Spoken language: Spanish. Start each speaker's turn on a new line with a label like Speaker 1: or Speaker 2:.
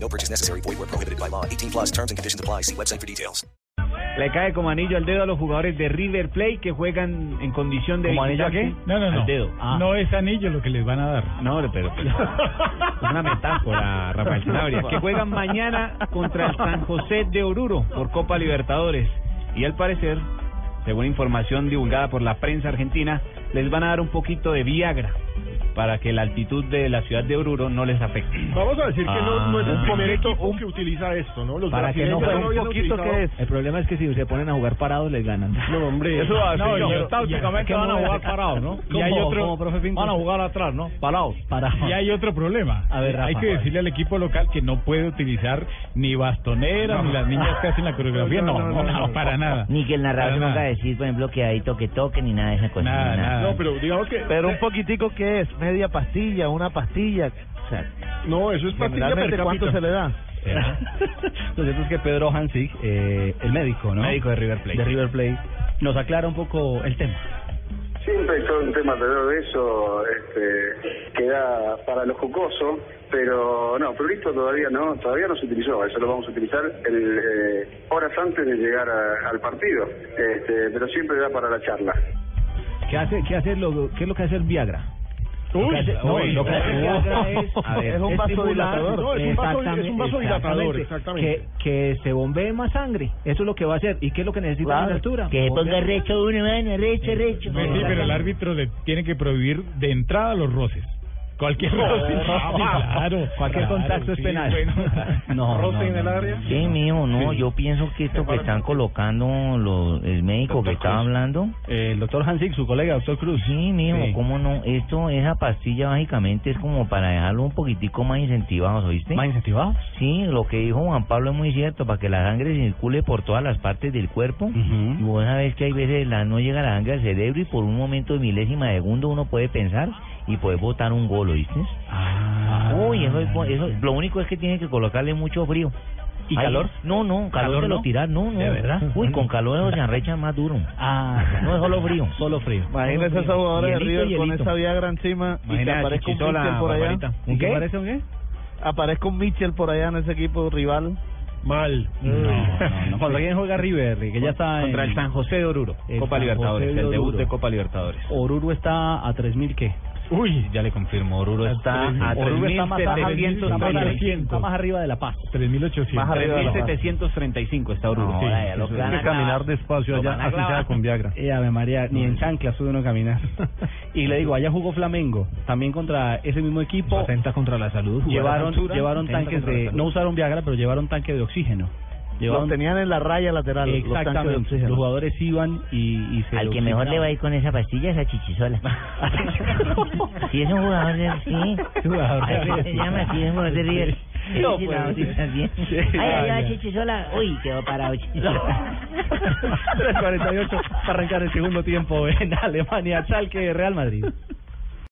Speaker 1: No purchase necessary. Void where prohibited by law. 18 plus terms and conditions apply. See website for details.
Speaker 2: Le cae como anillo al dedo a los jugadores de River Plate que juegan en condición de.
Speaker 3: ¿Como anillo a
Speaker 2: visitante.
Speaker 3: qué? No, no, no.
Speaker 2: Al dedo. Ah.
Speaker 3: No es anillo lo que les van a dar.
Speaker 2: No, pero, pero- es una metáfora, Rafael Sanabria, que juegan mañana contra el San José de Oruro por Copa Libertadores. Y al parecer, según información divulgada por la prensa argentina, les van a dar un poquito de Viagra para que la altitud de la ciudad de Oruro no les afecte.
Speaker 4: Vamos a decir que no, no es el
Speaker 2: Ah.
Speaker 4: primer equipo que utiliza esto, ¿no?
Speaker 3: Pues
Speaker 4: Los
Speaker 2: Para que no
Speaker 4: brasileños
Speaker 2: juegue un
Speaker 4: habían
Speaker 2: poquito
Speaker 4: utilizado-
Speaker 2: que es. El problema es que si se ponen a jugar parados les ganan.
Speaker 4: No, hombre.
Speaker 3: Eso va a ser-
Speaker 2: No, y
Speaker 3: no,
Speaker 2: yo-
Speaker 3: pero tácticamente
Speaker 2: ¿a qué
Speaker 3: van a
Speaker 2: modo?
Speaker 3: jugar parados, ¿no? Y hay
Speaker 2: ¿Cómo,
Speaker 3: otro,
Speaker 2: cómo, profe Pinto?
Speaker 3: van a jugar atrás, ¿no? Parados.
Speaker 2: Parados.
Speaker 3: Y hay otro problema. Eh,
Speaker 2: A ver,
Speaker 3: hay
Speaker 2: Rafa.
Speaker 3: que decirle al equipo local que no puede utilizar ni bastoneras ni las niñas que hacen la coreografía, no, no, no, para nada.
Speaker 5: Ni que el narrador
Speaker 3: Para
Speaker 5: se ponga a
Speaker 3: nada.
Speaker 5: decir, por ejemplo, que hay toque toque ni nada de esa cosa.
Speaker 3: Nada, nada.
Speaker 4: No, pero digamos que.
Speaker 6: Pero un poquitico que es, media pastilla, una pastilla. O sea,
Speaker 4: No, eso es pastilla per
Speaker 6: generalmente, ¿cuánto
Speaker 4: cápita.
Speaker 6: se le da?
Speaker 2: Lo cierto es que Pedro Hansig, eh, el médico, ¿no? Médico de River Plate. De River Plate, nos aclara un poco el tema.
Speaker 7: Siempre son temas alrededor de eso, este, queda para los jocosos, pero no, pero listo todavía no, todavía no se utilizó, eso lo vamos a utilizar el, eh, horas antes de llegar a- al partido, este, pero siempre da para la charla.
Speaker 2: ¿Qué hace, qué hace lo, qué es lo que hace el Viagra?
Speaker 4: Uy,
Speaker 2: Lo que hace- no,
Speaker 4: uy,
Speaker 2: lo que hace el Viagra es, a ver,
Speaker 6: Es un vasodilatador.
Speaker 4: No, es un vaso-
Speaker 2: Exactamente,
Speaker 4: es un vasodilatador,
Speaker 2: exactamente.
Speaker 4: exactamente.
Speaker 2: Que, que se bombee más sangre. Eso es lo que va a hacer. ¿Y qué es lo que necesita
Speaker 5: Claro,
Speaker 2: la altura?
Speaker 5: Que se ponga
Speaker 2: Bombear.
Speaker 5: recho uno, mano, recho, recho.
Speaker 3: Pues sí, pero el árbitro le tiene que prohibir de entrada los roces. Cualquier roce,
Speaker 2: roce,
Speaker 3: claro,
Speaker 2: Cualquier
Speaker 3: claro,
Speaker 2: contacto es
Speaker 3: sí,
Speaker 2: penal.
Speaker 3: bueno.
Speaker 2: No,
Speaker 4: Roce
Speaker 2: no,
Speaker 4: en
Speaker 2: no,
Speaker 4: el
Speaker 2: no.
Speaker 4: área.
Speaker 5: Sí, mío, no, yo pienso que esto que están colocando los, el médico que estaba hablando,
Speaker 2: Eh, El doctor Hansig, su colega, doctor Cruz.
Speaker 5: sí, mío,
Speaker 2: Sí.
Speaker 5: cómo no, esto, esa pastilla básicamente es como para dejarlo un poquitico más incentivados, ¿oíste?
Speaker 2: ¿Más incentivados?
Speaker 5: Sí, lo que dijo Juan Pablo es muy cierto, para que la sangre circule por todas las partes del cuerpo.
Speaker 2: Mm.
Speaker 5: Y vos sabés que hay veces la, no llega la sangre al cerebro y por un momento de milésima de segundo uno puede pensar y puede botar un gol, ¿oíste?
Speaker 2: Ah.
Speaker 5: Uy, eso, es bu- eso, lo único es que tiene que colocarle mucho frío.
Speaker 2: ¿Y
Speaker 5: Ay,
Speaker 2: calor?
Speaker 5: No, no, calor,
Speaker 2: ¿Calor
Speaker 5: se lo
Speaker 2: no?
Speaker 5: tirar, no, no.
Speaker 2: ¿De verdad?
Speaker 5: Uy, con calor eso se arrechan más duro.
Speaker 2: Ah,
Speaker 5: No, es solo frío.
Speaker 2: Solo frío.
Speaker 6: Imagínense esos jugadores de
Speaker 2: Hielito,
Speaker 6: River con
Speaker 2: hielito.
Speaker 6: esa Viagra encima y que
Speaker 2: Imagina a
Speaker 6: aparezca un
Speaker 2: Chichisola,
Speaker 6: Mitchell por allá.
Speaker 2: Barbarita. ¿Y
Speaker 5: ¿Un
Speaker 2: qué?
Speaker 5: qué?
Speaker 2: ¿Parece un qué?
Speaker 6: Aparezca un Mitchell por allá en ese equipo rival.
Speaker 4: Mal.
Speaker 2: No, no, Cuando alguien juega River, que ya está
Speaker 3: Contra
Speaker 2: el San José de Oruro,
Speaker 3: Copa Libertadores, el debut de
Speaker 2: Copa Libertadores. Oruro está a 3000 qué?
Speaker 3: Uy,
Speaker 2: Ya le confirmo, Oruro está
Speaker 3: a
Speaker 2: Oruro está más, arriba-
Speaker 3: 3.700.
Speaker 2: está más arriba- está más arriba de La Paz.
Speaker 3: 3800.
Speaker 6: arriba de la paz.
Speaker 2: 3735 está Oruro.
Speaker 5: No, ya eh, lo que van a clavar.
Speaker 6: despacio
Speaker 5: Lo van a clavar.
Speaker 6: Viagra.
Speaker 2: Eh, Ave María, ni en chanclas pudo uno caminar. y le digo, allá jugó Flamengo, también contra ese mismo equipo.
Speaker 3: Atenta contra la salud. jugar a la
Speaker 2: Llevaron,
Speaker 3: altura,
Speaker 2: llevaron
Speaker 3: atenta
Speaker 2: tanques
Speaker 3: contra la
Speaker 2: de,
Speaker 3: salud.
Speaker 2: no usaron Viagra, pero llevaron tanque de oxígeno.
Speaker 6: Los
Speaker 2: Llevaron,
Speaker 6: tenían en la raya lateral. los tanques de
Speaker 2: exactamente, los,
Speaker 6: oxígeno.
Speaker 2: jugadores iban y, y se
Speaker 5: Al que mejor le va a ir con esa pastilla es a Chichisola. Si es un jugador de... Sí.
Speaker 2: Jugador de
Speaker 5: Ay, ¿cómo se
Speaker 2: River.
Speaker 5: llama? Sí, es un jugador de River.
Speaker 2: No,
Speaker 5: Sí, sí,
Speaker 2: pues.
Speaker 5: la bautiza bien.
Speaker 2: Sí.
Speaker 5: Ay, ahí
Speaker 2: Ay,
Speaker 5: va
Speaker 2: no.
Speaker 5: Chichisola. Uy, quedó parado Chichisola.
Speaker 2: 3.48 para arrancar el segundo tiempo en Alemania, Schalke, Real Madrid.